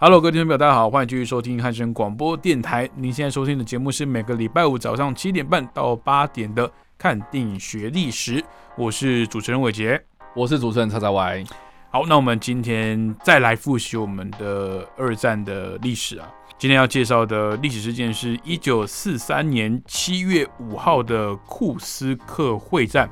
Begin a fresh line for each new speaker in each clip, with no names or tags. Hello，各位听众朋友，大家好，欢迎继续收听汉声广播电台。您现在收听的节目是每个礼拜五早上七点半到八点的《看电影学历史》，我是主持人伟杰。
我是主持人叉叉 Y。
好，那我们今天再来复习我们的二战的历史啊。今天要介绍的历史事件是一九四三年七月五号的库斯克会战。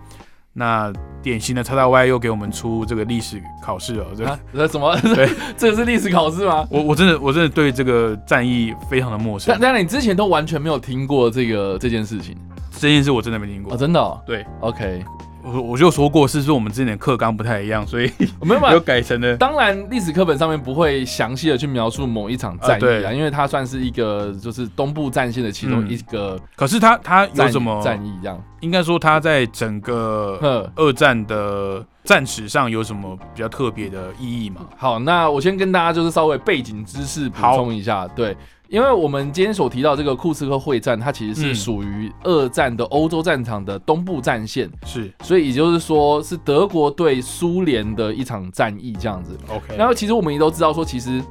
那典型的叉叉 Y 又给我们出这个历史考试哦，这个
啊，这什么？
对
这个是历史考试吗？
我我真的我真的对这个战役非常的陌生
但，但你之前都完全没有听过这个这件事情
这件事我真的没听
啊、哦？
过。
真的、哦？
对
，OK，
我我就说过，是不是我们之前的课纲不太一样，所以
没 有办
有
法。
改成了
当然，历史课本上面不会详细的去描述某一场战
啊
役啊，
对
因为它算是一个就是东部战线的其中
嗯
一个
可是他他
战
有什么？呃
战役这样。
应该说他在整个
呵，
二战的战史上有什么比较特别的意义吗？
好，那我先跟大家就是稍微背景知识补充一下，对，因为我们今天所提到这个库斯克会战，它其实是
嗯
属于二战的欧洲战场的东部战线，
是
所以也就是说是德国对苏联的一场战役这样子。
OK，
然后其实我们也都知道说，其实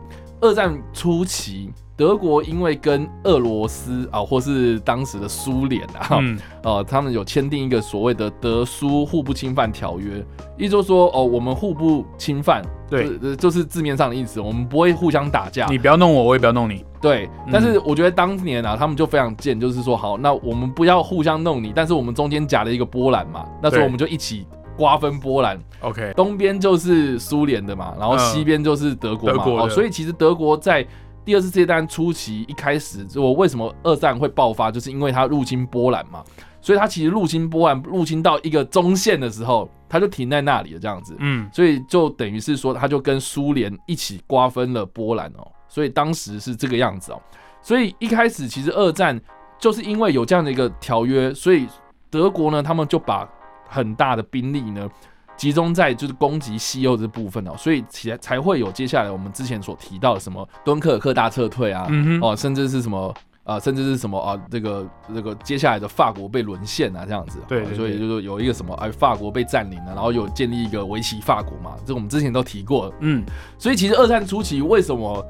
二战初期。德国因为跟俄罗斯啊，或是当时的苏联啊，
嗯
呃，他们有签订一个所谓的德苏互不侵犯条约，意思就是说，哦，我们互不侵犯，
对
就是呃就是字面上的意思，我们不会互相打架，
你不要弄我，我也不要弄你。
对。
嗯
但是我觉得当年啊，他们就非常贱，就是说，好，那我们不要互相弄你，但是我们中间夹了一个波兰嘛，那时
对
候我们就一起瓜分波兰，
OK，
东边就是苏联的嘛，然后
嗯
西边就是德国嘛，
德国
哦，
的
所以其实德国在第二次世界大战初期一开始，我为什么二战会爆发，就是因为它入侵波兰嘛，所以它其实入侵波兰，入侵到一个中线的时候，它就停在那里了，这样子，
嗯，
所以就等于是说，它就跟苏联一起瓜分了波兰哦，所以当时是这个样子哦，所以一开始其实二战就是因为有这样的一个条约，所以德国呢，他们就把很大的兵力呢集中在就是攻击西欧这部分哦，所以才才会有接下来我们之前所提到的什么敦刻尔克大撤退啊，
嗯哼，
哦，甚至是什么。啊，甚至是什么啊？这个这个接下来的法国被沦陷啊，这样子，
对
哦
对
所以
对
就是有一个什么，哎，法国被占领了、然后有建立一个维奇法国嘛，这个我们之前都提过了，
嗯，
所以其实二战初期为什么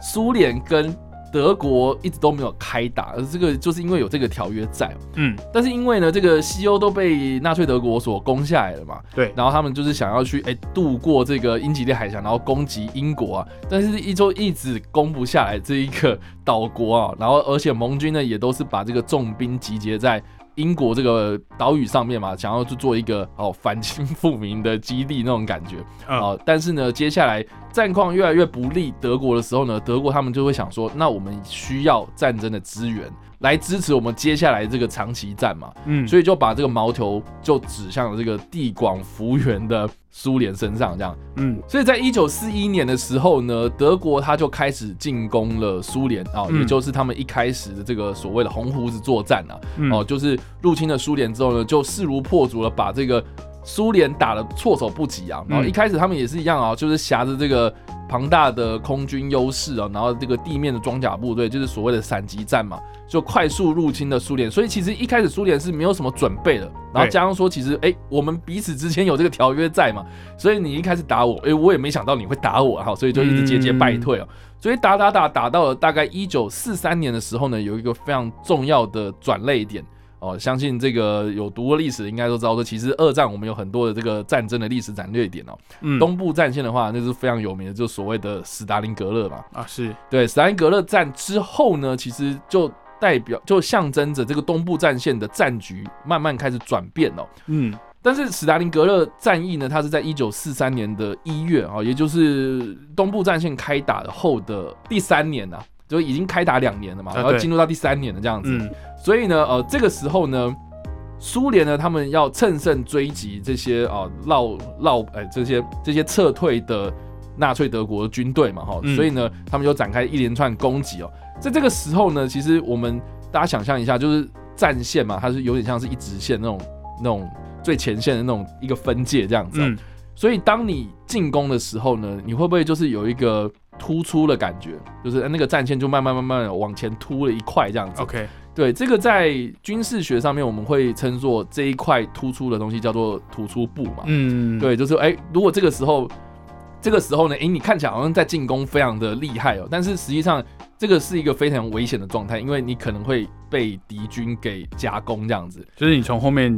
苏联跟德国一直都没有开打，而这个就是因为有这个条约在。
嗯，
但是因为呢，这个西欧都被纳粹德国所攻下来了嘛，
对，
然后他们就是想要去哎、渡过这个英吉利海峡，然后攻击英国啊，但是一周一直攻不下来这一个岛国啊， 然后而且盟军呢也都是把这个重兵集结在。英国这个岛屿上面嘛，想要去做一个哦反清复明的基地那种感觉，
嗯，
哦，但是呢，接下来战况越来越不利德国的时候呢，德国他们就会想说，那我们需要战争的资源来支持我们接下来这个长期战嘛，
嗯，
所以就把这个矛头就指向了这个地广幅员的苏联身上，这样。
嗯，
所以在一九四一年的时候呢，德国他就开始进攻了苏联啊，
嗯
也就是他们一开始的这个所谓的红胡子作战啊，
嗯
哦，，就是入侵了苏联之后呢，就势如破竹了，把这个苏联打得措手不及啊。然后
嗯
一开始他们也是一样啊，就是挟着这个庞大的空军优势啊，然后这个地面的装甲部队，就是所谓的闪击战嘛，就快速入侵了苏联。所以其实一开始苏联是没有什么准备的，然后
对
加上说，其实哎、我们彼此之间有这个条约在嘛，所以你一开始打我，哎、我也没想到你会打我哈、所以就一直节节败退哦。所以打打打打到了大概一九四三年的时候呢，有一个非常重要的转泪点哦。相信这个有读过历史的应该都知道说，其实二战我们有很多的这个战争的历史转捩点哦。
嗯，
东部战线的话，那是非常有名的，就是所谓的斯大林格勒嘛。
啊是，
对，斯大林格勒战之后呢，其实就代表就象征着这个东部战线的战局慢慢开始转变哦。
嗯，
但是史达林格勒战役呢，它是在一九四三年的一月啊、哦，也就是东部战线开打后的第三年呐、啊，就已经开打两年了嘛，
啊
然后
对
进入到第三年了这样子。
嗯，
所以呢，呃，这个时候呢，苏联呢，他们要乘胜追击这些啊、呃、绕绕哎这些这些撤退的纳粹德国的军队嘛，哈、
嗯
所以呢，他们就展开一连串攻击哦。在这个时候呢，其实我们大家想象一下，就是战线嘛，它是有点像是一直线那种那种最前线的那种一个分界这样子哦、
嗯，
所以当你进攻的时候呢，你会不会就是有一个突出的感觉，就是呃那个战线就慢慢慢慢地往前突了一块这样子？
OK，
对，这个在军事学上面我们会称作这一块突出的东西叫做突出部嘛。
嗯，，
对，就是哎、如果这个时候，这个时候呢，哎、你看起来好像在进攻非常的厉害哦，但是实际上这个是一个非常危险的状态，因为你可能会被敌军给夹攻这样子。
就是你从后面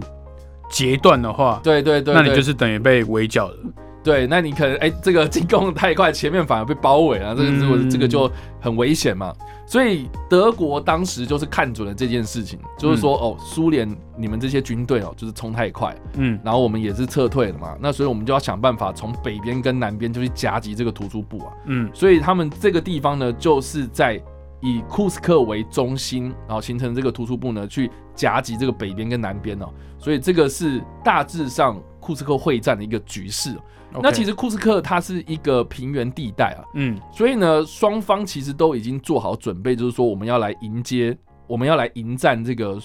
截断的话，
对对对
那你
对
就是等于被围剿了。
对，那你可能哎、这个进攻得太快，前面反而被包围了，这个这
嗯
个这个就很危险嘛。所以德国当时就是看准了这件事情，就是说、哦，苏联你们这些军队哦，就是冲太快，
嗯
然后我们也是撤退了嘛，那所以我们就要想办法从北边跟南边就去夹击这个突出部啊。
嗯
所以他们这个地方呢，就是在以库斯克为中心，然后形成这个突出部呢，去夹击这个北边跟南边哦。所以这个是大致上库斯克会战的一个局势哦。
，OK，
那其实库斯克它是一个平原地带啊，
嗯
所以呢，双方其实都已经做好准备，就是说我们要来迎接，我们要来迎战这个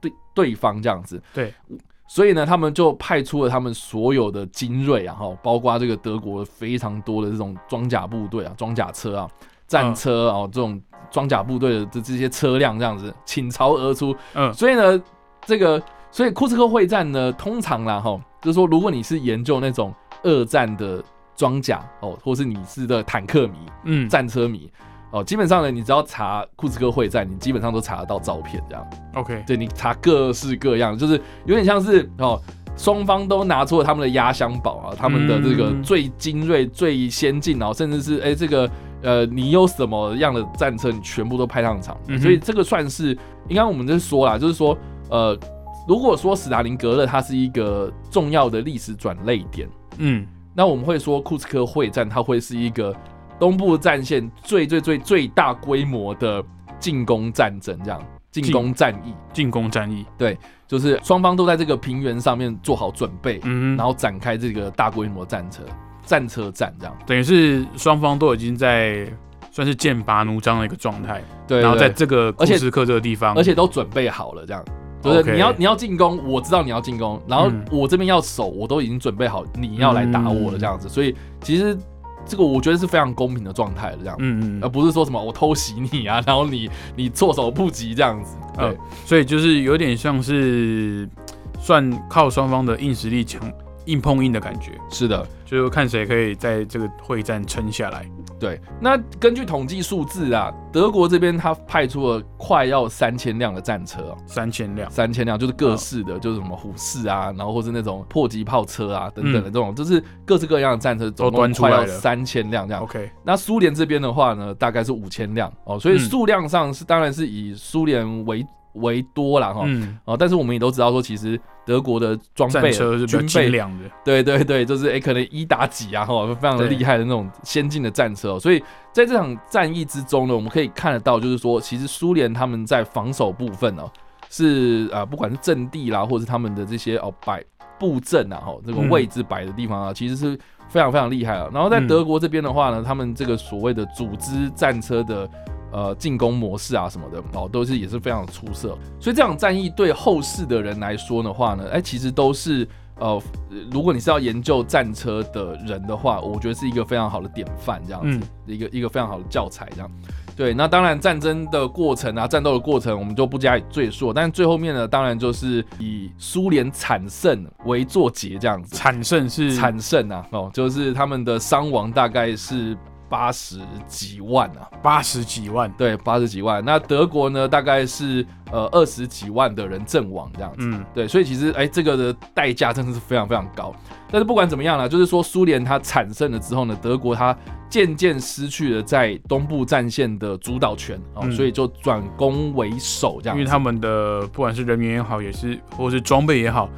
对对方这样子。
对，
所以呢，他们就派出了他们所有的精锐啊，哈，包括这个德国非常多的这种装甲部队啊、装甲车啊、战车啊、这种装甲部队的这这些车辆这样子倾巢而出，
嗯
所以呢，这个所以库斯克会战呢，通常啦哈，就是说如果你是研究那种二战的装甲哦，或是你是的坦克迷、
嗯，
战车迷哦，基本上呢，你只要查库斯克会战，你基本上都查得到照片这样。
OK，
对你查各式各样，就是有点像是哦。双方都拿出了他们的压箱宝啊，他们的这个
嗯
最精锐、最先进啊，甚至是哎、这个呃，你有什么样的战车，你全部都派上场。
嗯哼
所以这个算是应该我们在说啦，就是说呃，如果说史达林格勒它是一个重要的历史转类点，
嗯
那我们会说库斯科会战，它会是一个东部战线最最最最大规模的进攻战争，这样进攻战役。
进攻战役，
就是双方都在这个平原上面做好准备，
嗯，
然后展开这个大规模战车战车战这样。
等于是双方都已经在算是剑拔弩张的一个状态，
对
然后在
对
这个库
而且
斯克这个地方，
而且都准备好了这样。就是你要
OK
你要进攻，我知道你要进攻，然后
嗯
我这边要守，我都已经准备好你要来打我了这样
嗯
子。所以其实这个我觉得是非常公平的状态了这样。
嗯嗯
而，不是说什么我偷袭你啊， 然后你你措手不及这样子，对、
嗯所以就是有点像是算靠双方的硬实力强硬碰硬的感觉，
是的，
就是看谁可以在这个会战撑下来。
对，那根据统计数字啊，德国这边他派出了快要三千辆的战车、哦，
三千辆，
三千辆就是
嗯
各式的，就是什么虎式啊，然后或是那种迫击炮车啊等等的
嗯
这种，就是各式各样的战车，总
都端
共
出来
快
了哦
要三千辆这样。
OK，
那苏联这边的话呢，大概是五千辆哦，所以
嗯
数量上是当然是以苏联为为多啦哈。
嗯，
哦，但是我们也都知道说，其实德国的装备、啊
战车是比较
军
精
备
良的，
对对对，就是哎、诶可能一打几啊，哈，非常的
对
厉害的那种先进的战车、哦。所以在这场战役之中呢，我们可以看得到，就是说，其实苏联他们在防守部分哦，是啊、呃不管是阵地啦，或者是他们的这些哦摆布阵啊，哈，这个
嗯
位置摆的地方啊，其实是非常非常厉害啊。然后在
嗯
德国这边的话呢，他们这个所谓的组织战车的。呃，进攻模式啊什么的，哦，都是也是非常出色。所以这场战役对后世的人来说的话呢，哎、其实都是呃，如果你是要研究战车的人的话，我觉得是一个非常好的典范，这样子，
嗯
一个一个非常好的教材，这样。对，那当然战争的过程啊，战斗的过程我们就不加以赘述，但最后面呢，当然就是以苏联惨胜为作结，这样子。
产胜是
惨胜啊，哦，就是他们的伤亡大概是八十几万啊，
八十几万，
对，八十几万。那德国呢，大概是呃二十几万的人阵亡这样子。
嗯
对，所以其实哎、这个的代价真的是非常非常高。但是不管怎么样呢，就是说苏联它产生了之后呢，德国它渐渐失去了在东部战线的主导权哦，
嗯
所以就转攻为守这样
因
子。
为他们的不管是人员也好，也是或是装备也好，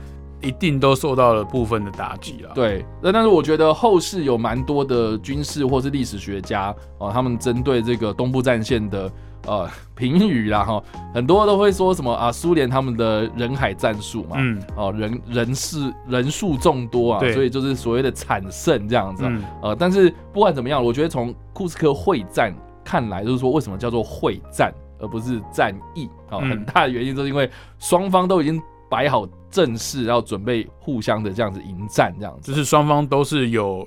一定都受到了部分的打击了。，
对，那但是我觉得后世有蛮多的军事或是历史学家哦，他们针对这个东部战线的呃评语啦哈，很多都会说什么啊，苏联他们的人海战术嘛，
嗯
哦人人事人数众多啊，
对
所以就是所谓的惨胜这样子啊、
嗯
呃，但是不管怎么样，我觉得从库斯克会战看来，就是说为什么叫做会战而不是战役啊、
嗯
很大的原因就是因为双方都已经摆好阵势，然后准备互相的这样子迎战这样子。
就是双方都是有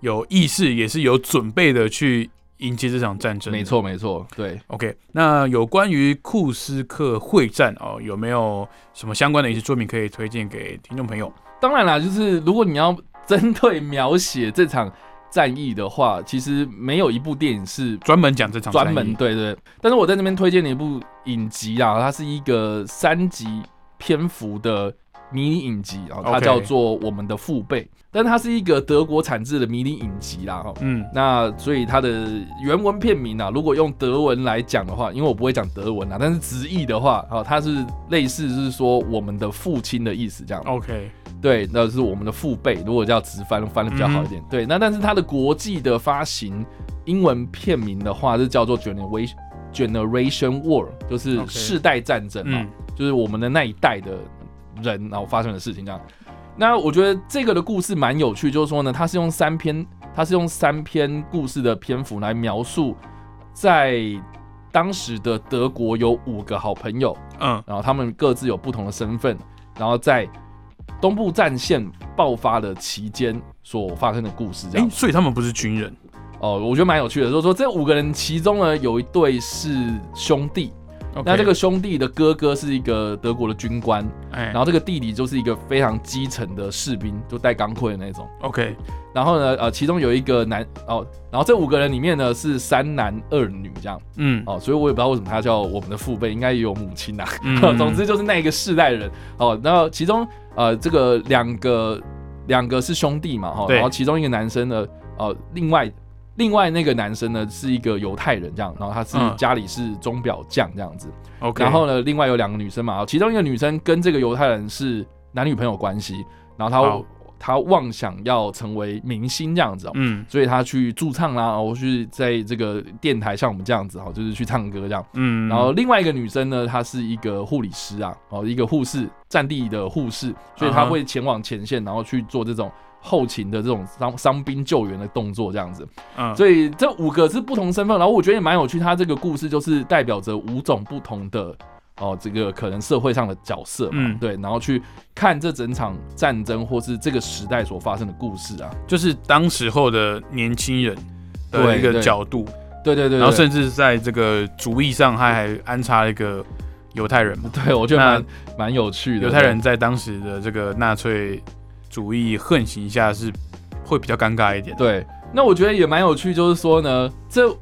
有意识，也是有准备的去迎接这场战争。
没。错，没错，对，
OK，那有关于库斯克会战哦，有没有什么相关的一些作品可以推荐给听众朋友？
当然啦，就是如果你要针对描写这场战役的话，其实没有一部电影是
专门讲这场战
专
役
门对对。但是我在这边推荐了一部影集啊，它是一个三集篇幅的迷你影集啊，它
OK
叫做《我们的父辈》，但它是一个德国产制的迷你影集啦。哈，
嗯
那所以它的原文片名啊，如果用德文来讲的话，因为我不会讲德文啊，但是直译的话，啊，它是类似是说我们的父亲的意思这样。
，OK，
对，那是我们的父辈，如果叫直翻翻的比较
嗯
好一点。对，那但是它的国际的发行英文片名的话是叫做 Generation Generation War，就是
OK
世代战争嘛、
嗯
就是我们的那一代的人然后发生的事情这样。那我觉得这个的故事蛮有趣，就是说呢，它是用三篇，它是用三篇故事的篇幅来描述，在当时的德国有五个好朋友，
嗯
然后他们各自有不同的身份，然后在东部战线爆发的期间所发生的故事，这
哎、
样、
所以他们不是军人
哦，我觉得蛮有趣的。就是说这五个人其中呢，有一对是兄弟，
，OK，
那这个兄弟的哥哥是一个德国的军官，
哎
然后这个弟弟就是一个非常基层的士兵，就带钢盔的那种。
，OK，
然后呢，呃，其中有一个男哦，然后这五个人里面呢是三男二女这样
嗯
哦，所以我也不知道为什么他叫我们的父辈，应该也有母亲啊呐、
嗯
总之就是那一个世代人哦。然后其中呃，这个两个两个是兄弟嘛哈、哦，
对
然后其中一个男生呢，呃，另外另外那个男生呢是一个犹太人这样，然后他是
嗯
家里是钟表匠这样子。
，OK，
然后呢，另外有两个女生嘛，哦其中一个女生跟这个犹太人是男女朋友关系，然后
好
她她妄想要成为明星这样子哦。
嗯
所以她去驻唱啦，我去在这个电台像我们这样子哈，哦就是去唱歌这样。
嗯，
然后另外一个女生呢，她是一个护理师啊，哦，一个护士，战地的护士，所以她
嗯哼
会前往前线，然后去做这种后勤的这种伤伤兵救援的动作，这样子。
嗯，
所以这五个是不同身份，然后我觉得也蛮有趣，它这个故事就是代表着五种不同的。哦，这个可能社会上的角色嘛，
嗯
对，然后去看这整场战争或是这个时代所发生的故事啊，
就是当时候的年轻人的
对
一个
对
角度，
对对对对
然后甚至在这个主义上，他还安插了一个犹太人嘛，
对我觉得
那
蛮蛮有趣的，
犹太人在当时的这个纳粹主义横行下是会比较尴尬一点。，
对，那我觉得也蛮有趣，就是说呢，这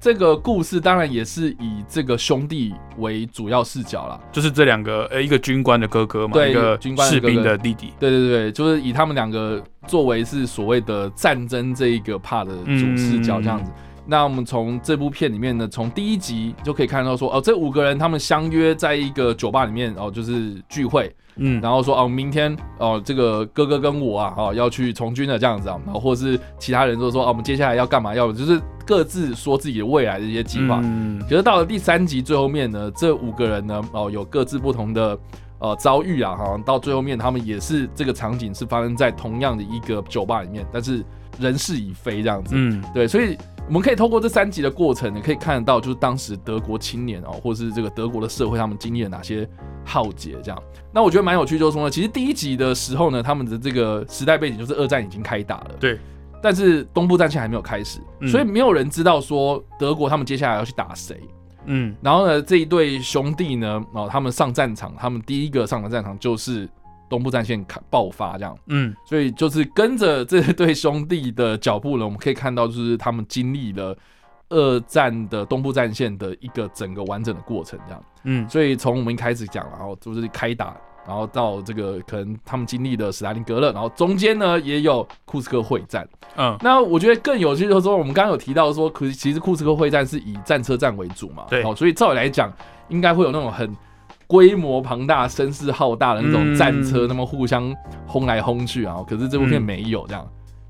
这个故事当然也是以这个兄弟为主要视角啦。
就是这两个，呃，一个军官的哥哥嘛，
对
一个
军官的
士
哥哥
兵的弟弟。
对对对，就是以他们两个作为是所谓的战争这一个 part 的主视角这样子。那我们从这部片里面呢，从第一集就可以看到说，哦，这五个人他们相约在一个酒吧里面，哦，就是聚会，
嗯，
然后说哦，明天哦，这个哥哥跟我啊，哦，要去从军了这样子啊，然后或者是其他人就说哦，我们接下来要干嘛？要就是各自说自己的未来的一些计划。
嗯
可是到了第三集最后面呢，这五个人呢，哦，有各自不同的呃遭遇啊，哈，到最后面他们也是这个场景是发生在同样的一个酒吧里面，但是人事已非这样子。
嗯，
对，所以我们可以透过这三集的过程，你可以看得到，就是当时德国青年哦，或是这个德国的社会，他们经历啊了哪些浩劫这样。那我觉得蛮有趣，就是说呢，其实第一集的时候呢，他们的这个时代背景就是二战已经开打了，
对，
但是东部战线还没有开始，
嗯
所以没有人知道说德国他们接下来要去打谁。
嗯
然后呢，这一对兄弟呢，哦，他们上战场，他们第一个上的战场就是东部战线开爆发这样。
嗯
所以就是跟着这对兄弟的脚步呢，我们可以看到，就是他们经历了二战的东部战线的一个整个完整的过程，这样。
嗯
所以从我们一开始讲，然后就是开打，然后到这个可能他们经历的史达林格勒，然后中间呢也有库斯克会战。
嗯，
那我觉得更有趣就是说，我们刚刚有提到说，库其实库斯克会战是以战车战为主嘛，
对
哦，所以照理来讲，应该会有那种很规模庞大、声势浩大的那种
嗯
战车，那么互相轰来轰去啊。可是这部片
嗯
没有这样，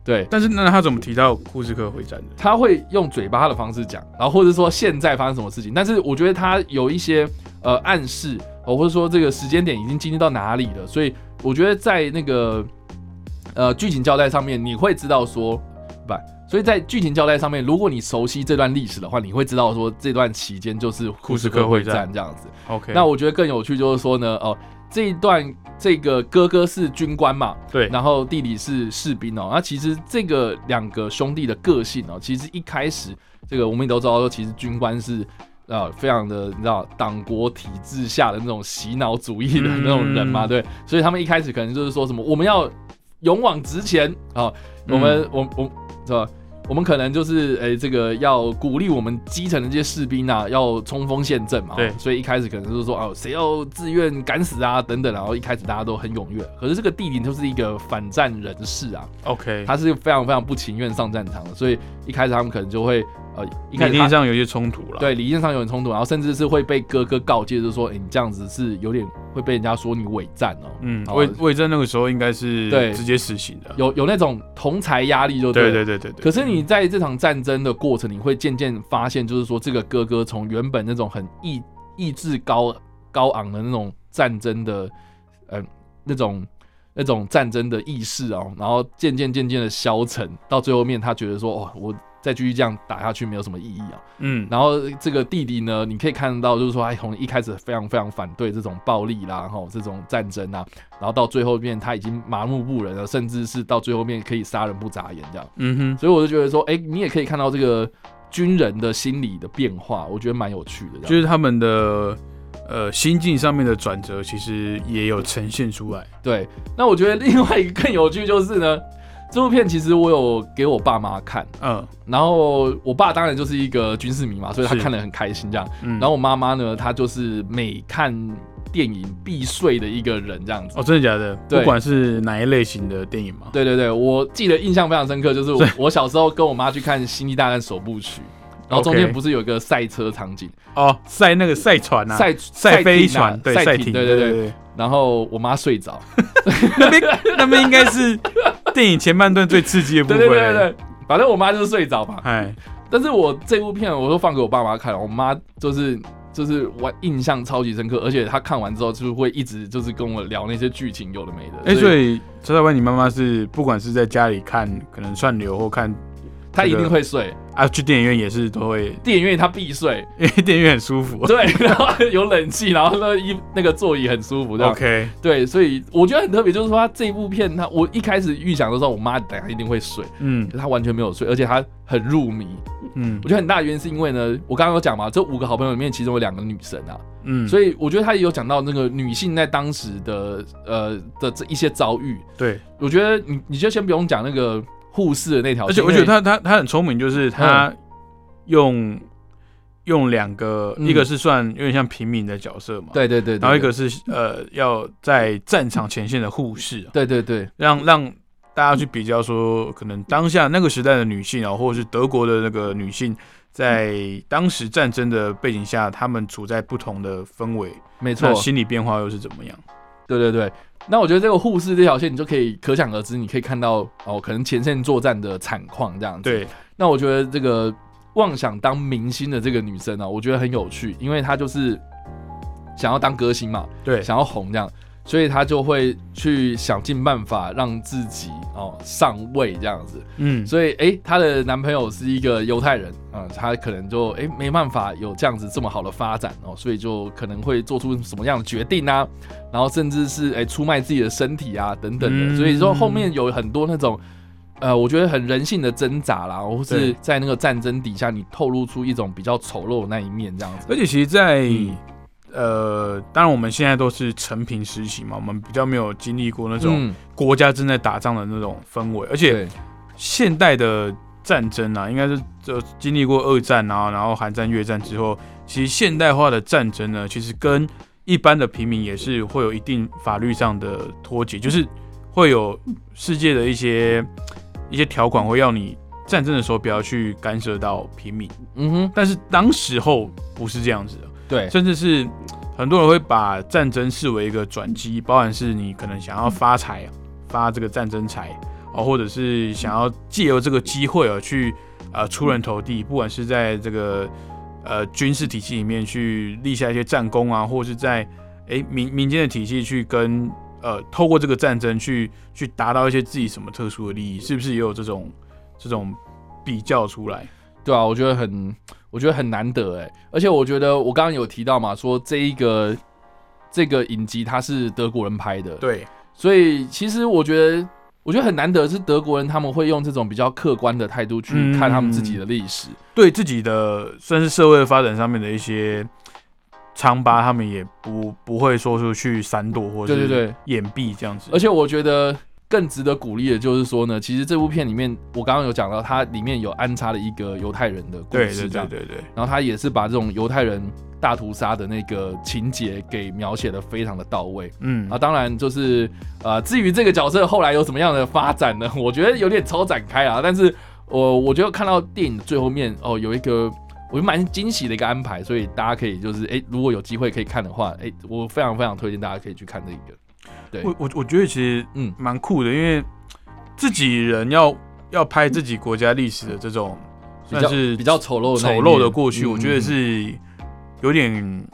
对，
但是那他怎么提到库斯克会战的？
他会用嘴巴的方式讲，然后或者说现在发生什么事情，但是我觉得他有一些呃暗示，哦，或者说这个时间点已经经历到哪里了，所以我觉得在那个呃剧情交代上面，你会知道说不。所以在剧情交代上面，如果你熟悉这段历史的话，你会知道说这段期间就是库斯克会战这样子。
OK，
那我觉得更有趣就是说呢，哦、这一段这个哥哥是军官嘛，
对，
然后弟弟是士兵哦。那其实这个两个兄弟的个性哦，其实一开始这个我们也都知道说，其实军官是啊非常的你知道党国体制下的那种洗脑主义的
嗯
那种人嘛，对，所以他们一开始可能就是说什么我们要勇往直前啊、哦
嗯
我们、我我是吧？我们可能就是诶、这个要鼓励我们基层的这些士兵啊，要冲锋陷阵嘛。哦
对
所以一开始可能就是说，哦，谁要自愿敢死啊，等等。然后一开始大家都很踊跃，可是这个弟弟就是一个反战人士啊，
OK，
他是非常非常不情愿上战场的，所以一开始他们可能就会呃，一开
理
始
念
他
上有一些冲突了。，
对理念上有点冲突，然后甚至是会被哥哥告诫，就是说，诶、你这样子是有点会被人家说你伪战哦。
嗯，
哦
魏魏征那个时候应该是
对
直接实行的。
有有那种同才压力就对了
对对对对对。
可是你在这场战争的过程，你会渐渐发现，就是说这个哥哥从原本那种很意意志高高昂的那种战争的，嗯、那种那种战争的意识哦，然后渐渐渐渐的消沉，到最后面他觉得说，哦，我再继续这样打下去没有什么意义啊。
嗯，
然后这个弟弟呢，你可以看到，就是说他从一开始非常非常反对这种暴力啦，吼这种战争啊，然后到最后面他已经麻木不仁了，甚至是到最后面可以杀人不眨眼这样。
嗯哼，
所以我就觉得说，哎、你也可以看到这个军人的心理的变化，我觉得蛮有趣的。
就是他们的呃心境上面的转折，其实也有呈现出来。
对，那我觉得另外一个更有趣就是呢， 这部片其实我有给我爸妈看，
嗯
然后我爸当然就是一个军事迷嘛，所以他
是
看得很开心这样。
嗯，
然后我妈妈呢，她就是每看电影必睡的一个人这样子。
哦，真的假的？
对
不管是哪一类型的电影嘛，
对对对，我记得印象非常深刻，就是我 我小时候跟我妈去看《星际大战》首部曲，然后中间
OK
不是有一个赛车场景，
哦，赛那个赛船啊，
赛
赛飞
艇啊
船，对，
赛
赛
艇，
艇，
对对
对
对。，然后我妈睡着，
那边 那边应该是电影前半段最刺激的部
对
分。
对对对对，反正我妈就是睡着嘛。
哎，
但是我这部片我都放给我爸妈看，我妈就是就是我印象超级深刻，而且她看完之后就是会一直就是跟我聊那些剧情有的没的。
哎，所以陈小文，你妈妈是不管是在家里看，可能串流或看
她一
这
定
个
会睡，
啊，去电影院也是都会，
电影院她必 睡，
因为电影院很舒服。
对，然后有冷气，然后那一那个座椅很舒服，这样。
OK，
对，所以我觉得很特别，就是说她这部片她我一开始预想的时候，我妈等下一定会睡，
嗯
可是她完全没有睡，而且她很入迷。
嗯
我觉得很大的原因是因为呢，我刚刚有讲嘛，这五个好朋友里面其中有两个女生啊，
嗯，
所
以
以我觉得他也有讲到那个女性在当时的呃的这一些遭遇。
对，
我觉得你你就先不用讲那个护士的那条
而
线，
且我觉得
因
他
为
他他很聪明，就是他用用两个，
嗯
一个是算有点像平民的角色嘛，
对对对，对
然后一个是呃要在战场前线的护士啊，
对对对
让让大家去比较说，可能当下那个时代的女性啊，或者是德国的那个女性，在当时战争的背景下，她们处在不同的氛围，
没错
那，心理变化又是怎么样？
对对对。那我觉得这个护士这条线，你就可以可想而知，你可以看到哦，可能前线作战的惨况这样子。
对，
那我觉得这个妄想当明星的这个女生呢、我觉得很有趣，因为她就是想要当歌星嘛，
对，
想要红这样，所以他就会去想尽办法让自己哦上位这样子。
嗯，
所以诶，她的男朋友是一个犹太人啊、嗯他可能就诶没办法有这样子这么好的发展哦，所以就可能会做出什么样的决定啊，然后甚至是诶出卖自己的身体啊等等的。
嗯
所以说后面有很多那种。呃，我觉得很人性的挣扎啦，或是
对
在那个战争底下，你透露出一种比较丑陋的那一面，这样子。
而且其实在，
嗯
呃，当然我们现在都是成平时期嘛，我们比较没有经历过那
那
种国家正在打仗的那种氛围，而且现代的战争啊，应该是就经历过二战啊，然后韩战、越战之后，其实现代化的战争呢，其实跟一般的平民也是会有一定法律上的脱节，就是会有世界的一些一些条款会要你战争的时候不要去干涉到平民，
嗯哼，
但是当时候不是这样子的。
对，
甚至是很多人会把啊战争视为一个转机，包含是你可能想要发财，发这个战争财，哦，哦，或者是想要借由这个机会而去呃出人头地，不管是在这个呃军事体系里面去立下一些战功啊，或是在诶民民间的体系去跟呃透过这个战争去去达到一些自己什么特殊的利益，是不是也有这种这种比较出来？
对啊，我觉得很，我觉得很难得哎，而且我觉得我刚刚有提到嘛，说这一个这个影集它是德国人拍的，，
对，
所以其实我觉得。我觉得很难得是德国人，他们会用这种比较客观的态度去看他们自己的历史。
对自己的算是社会发展上面的一些疮疤，他们也不不会说出去闪躲或者
对对对，
掩蔽这样子。
而且我觉得更值得鼓励的就是说呢，其实这部片里面，我刚刚有讲到，它里面有安插了一个犹太人的故
对对
事，这
对
样，
对对，
然后他也是把这种犹太人大屠杀的那个情节给描写的非常的到位。
嗯
啊，当然就是呃，至于这个角色后来有什么样的发展呢？ 我觉得有点超展开啊，但是我我觉得看到电影最后面哦，有一个我就蛮惊喜的一个安排，所以大家可以就是哎、如果有机会可以看的话，哎、我非常非常推荐大家可以去看这个。
我我我觉得其实
嗯
蛮酷的，因为自己人要要拍自己国家历史的这种
比
算
较
是
比较丑陋
丑
那一
陋的
面
过去，
嗯
我觉得是有点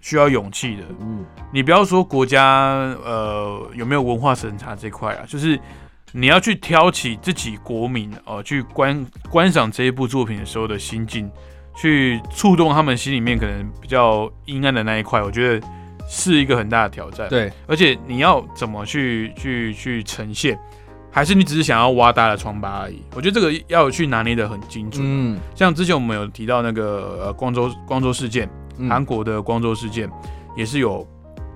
需要勇气的。
嗯
你不要说国家呃有没有文化审查这块啊，就是你要去挑起自己国民哦、呃去观观赏这一部作品的时候的心境，去触动他们心里面可能比较阴暗的那一块，我觉得是一个很大的挑战。
对
而且你要怎么去去去呈现，还是你只是想要挖大家的疮疤而已？我觉得这个要去拿捏的很精准。
嗯
像之前我们有提到那个呃光州光州事件，
嗯
韩国的光州事件也是有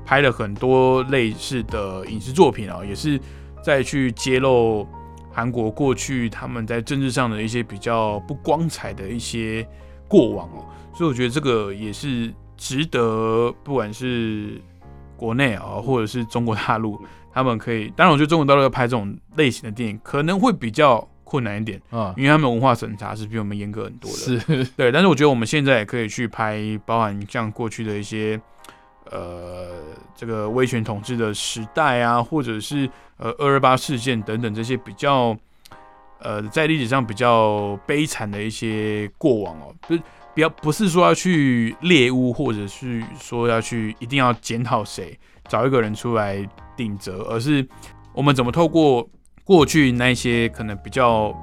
拍了很多类似的影视作品啊、也是在去揭露韩国过去他们在政治上的一些比较不光彩的一些过往哦、所以我觉得这个也是值得，不管是国内啊、或者是中国大陆，他们可以。当然，我觉得中国大陆要拍这种类型的电影可能会比较困难一点，
啊
因为他们文化审查是比我们严格很多的。
是
对，但是我觉得我们现在也可以去拍，包含像过去的一些，呃，这个威权统治的时代啊，或者是呃二二八事件等等这些比较，呃，在历史上比较悲惨的一些过往哦，不是不要不是说要去猎污，或者是说要去一定要检讨谁，找一个人出来顶责，而是我们怎么透过过去那一些可能比较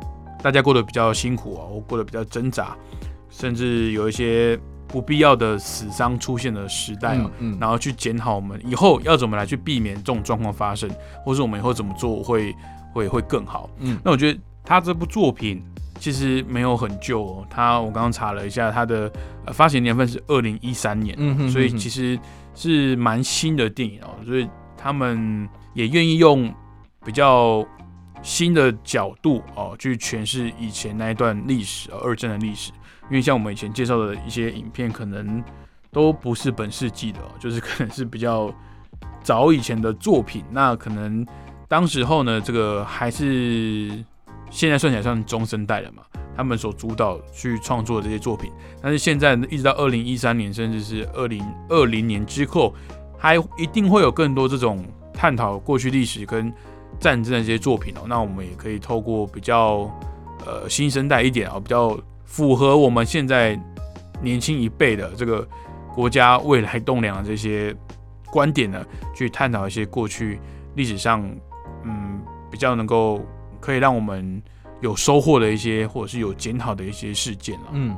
大家过得比较辛苦啊，或过得比较挣扎，甚至有一些不必要的死伤出现的时代、啊，
嗯
然后去检讨我们以后要怎么来去避免这种状况发生，或是我们以后怎么做会会会更好。
嗯
那我觉得他这部作品其实没有很旧、哦，他我刚刚查了一下，他的、呃、发行年份是二零一三年，
嗯哼
所以其
实
实是蛮新的电影哦，所以他们也愿意用比较新的角度哦去诠释以前那一段历史、哦，二战的历史。因为像我们以前介绍的一些影片，可能都不是本世纪的、哦， 就是可能是比较早以前的作品。那可能当时候呢，这个还是现在算起来算中生代了嘛，他们所主导去创作的这些作品。但是现在一直到二零一三年，甚至是二零二零年之后，还一定会有更多这种探讨过去历史跟战争的这些作品哦。那我们也可以透过比较呃新生代一点哦，比较符合我们现在年轻一辈的这个国家未来栋梁的这些观点呢，去探讨一些过去历史上嗯比较能够可以让我们有收获的一些，或者是有检讨的一些事件哦了。
嗯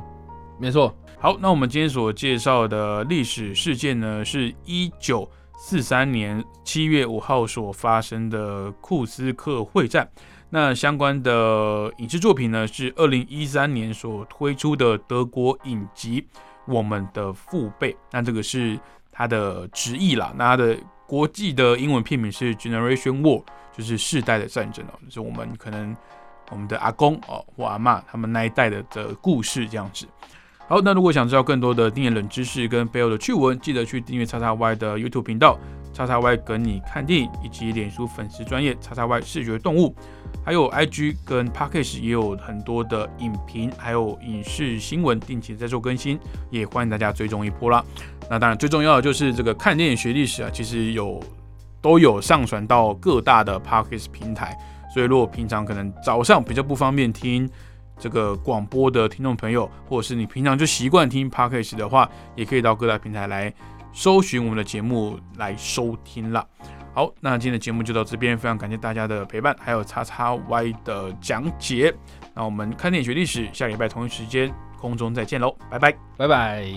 没错
好，那我们今天所介绍的历史事件呢，是一九四三年七月五号所发生的库斯克会战。那相关的影视作品呢，是二零一三年所推出的德国影集《我们的父辈》。那这个是它的直译啦，那它的国际的英文片名是《Generation War》，就是世代的战争哦，就是我们可能我们的阿公哦或阿嬷他们那一代的的故事这样子。好，那如果想知道更多的电影冷知识跟背后的趣闻，记得去订阅叉叉 Y 的 YouTube 频道“叉叉 Y 跟你看电影”，以及脸书粉丝专业“叉叉 Y 视觉动物”，还有 IG 跟 p a c k a g e 也有很多的影评，还有影视新闻定期在做更新，也欢迎大家追踪一波啦。那当然最重要的就是这个看电影学历史啊，其实有都有上传到各大的 p a c k a g e 平台，所以如果平常可能早上比较不方便听这个广播的听众朋友，或者是你平常就习惯听 podcast 的话，也可以到各大平台来搜寻我们的节目来收听啦。好，那今天的节目就到这边，非常感谢大家的陪伴，还有叉叉 Y 的讲解。那我们看电影学历史，下礼拜同一时间空中再见喽，拜拜。
拜拜。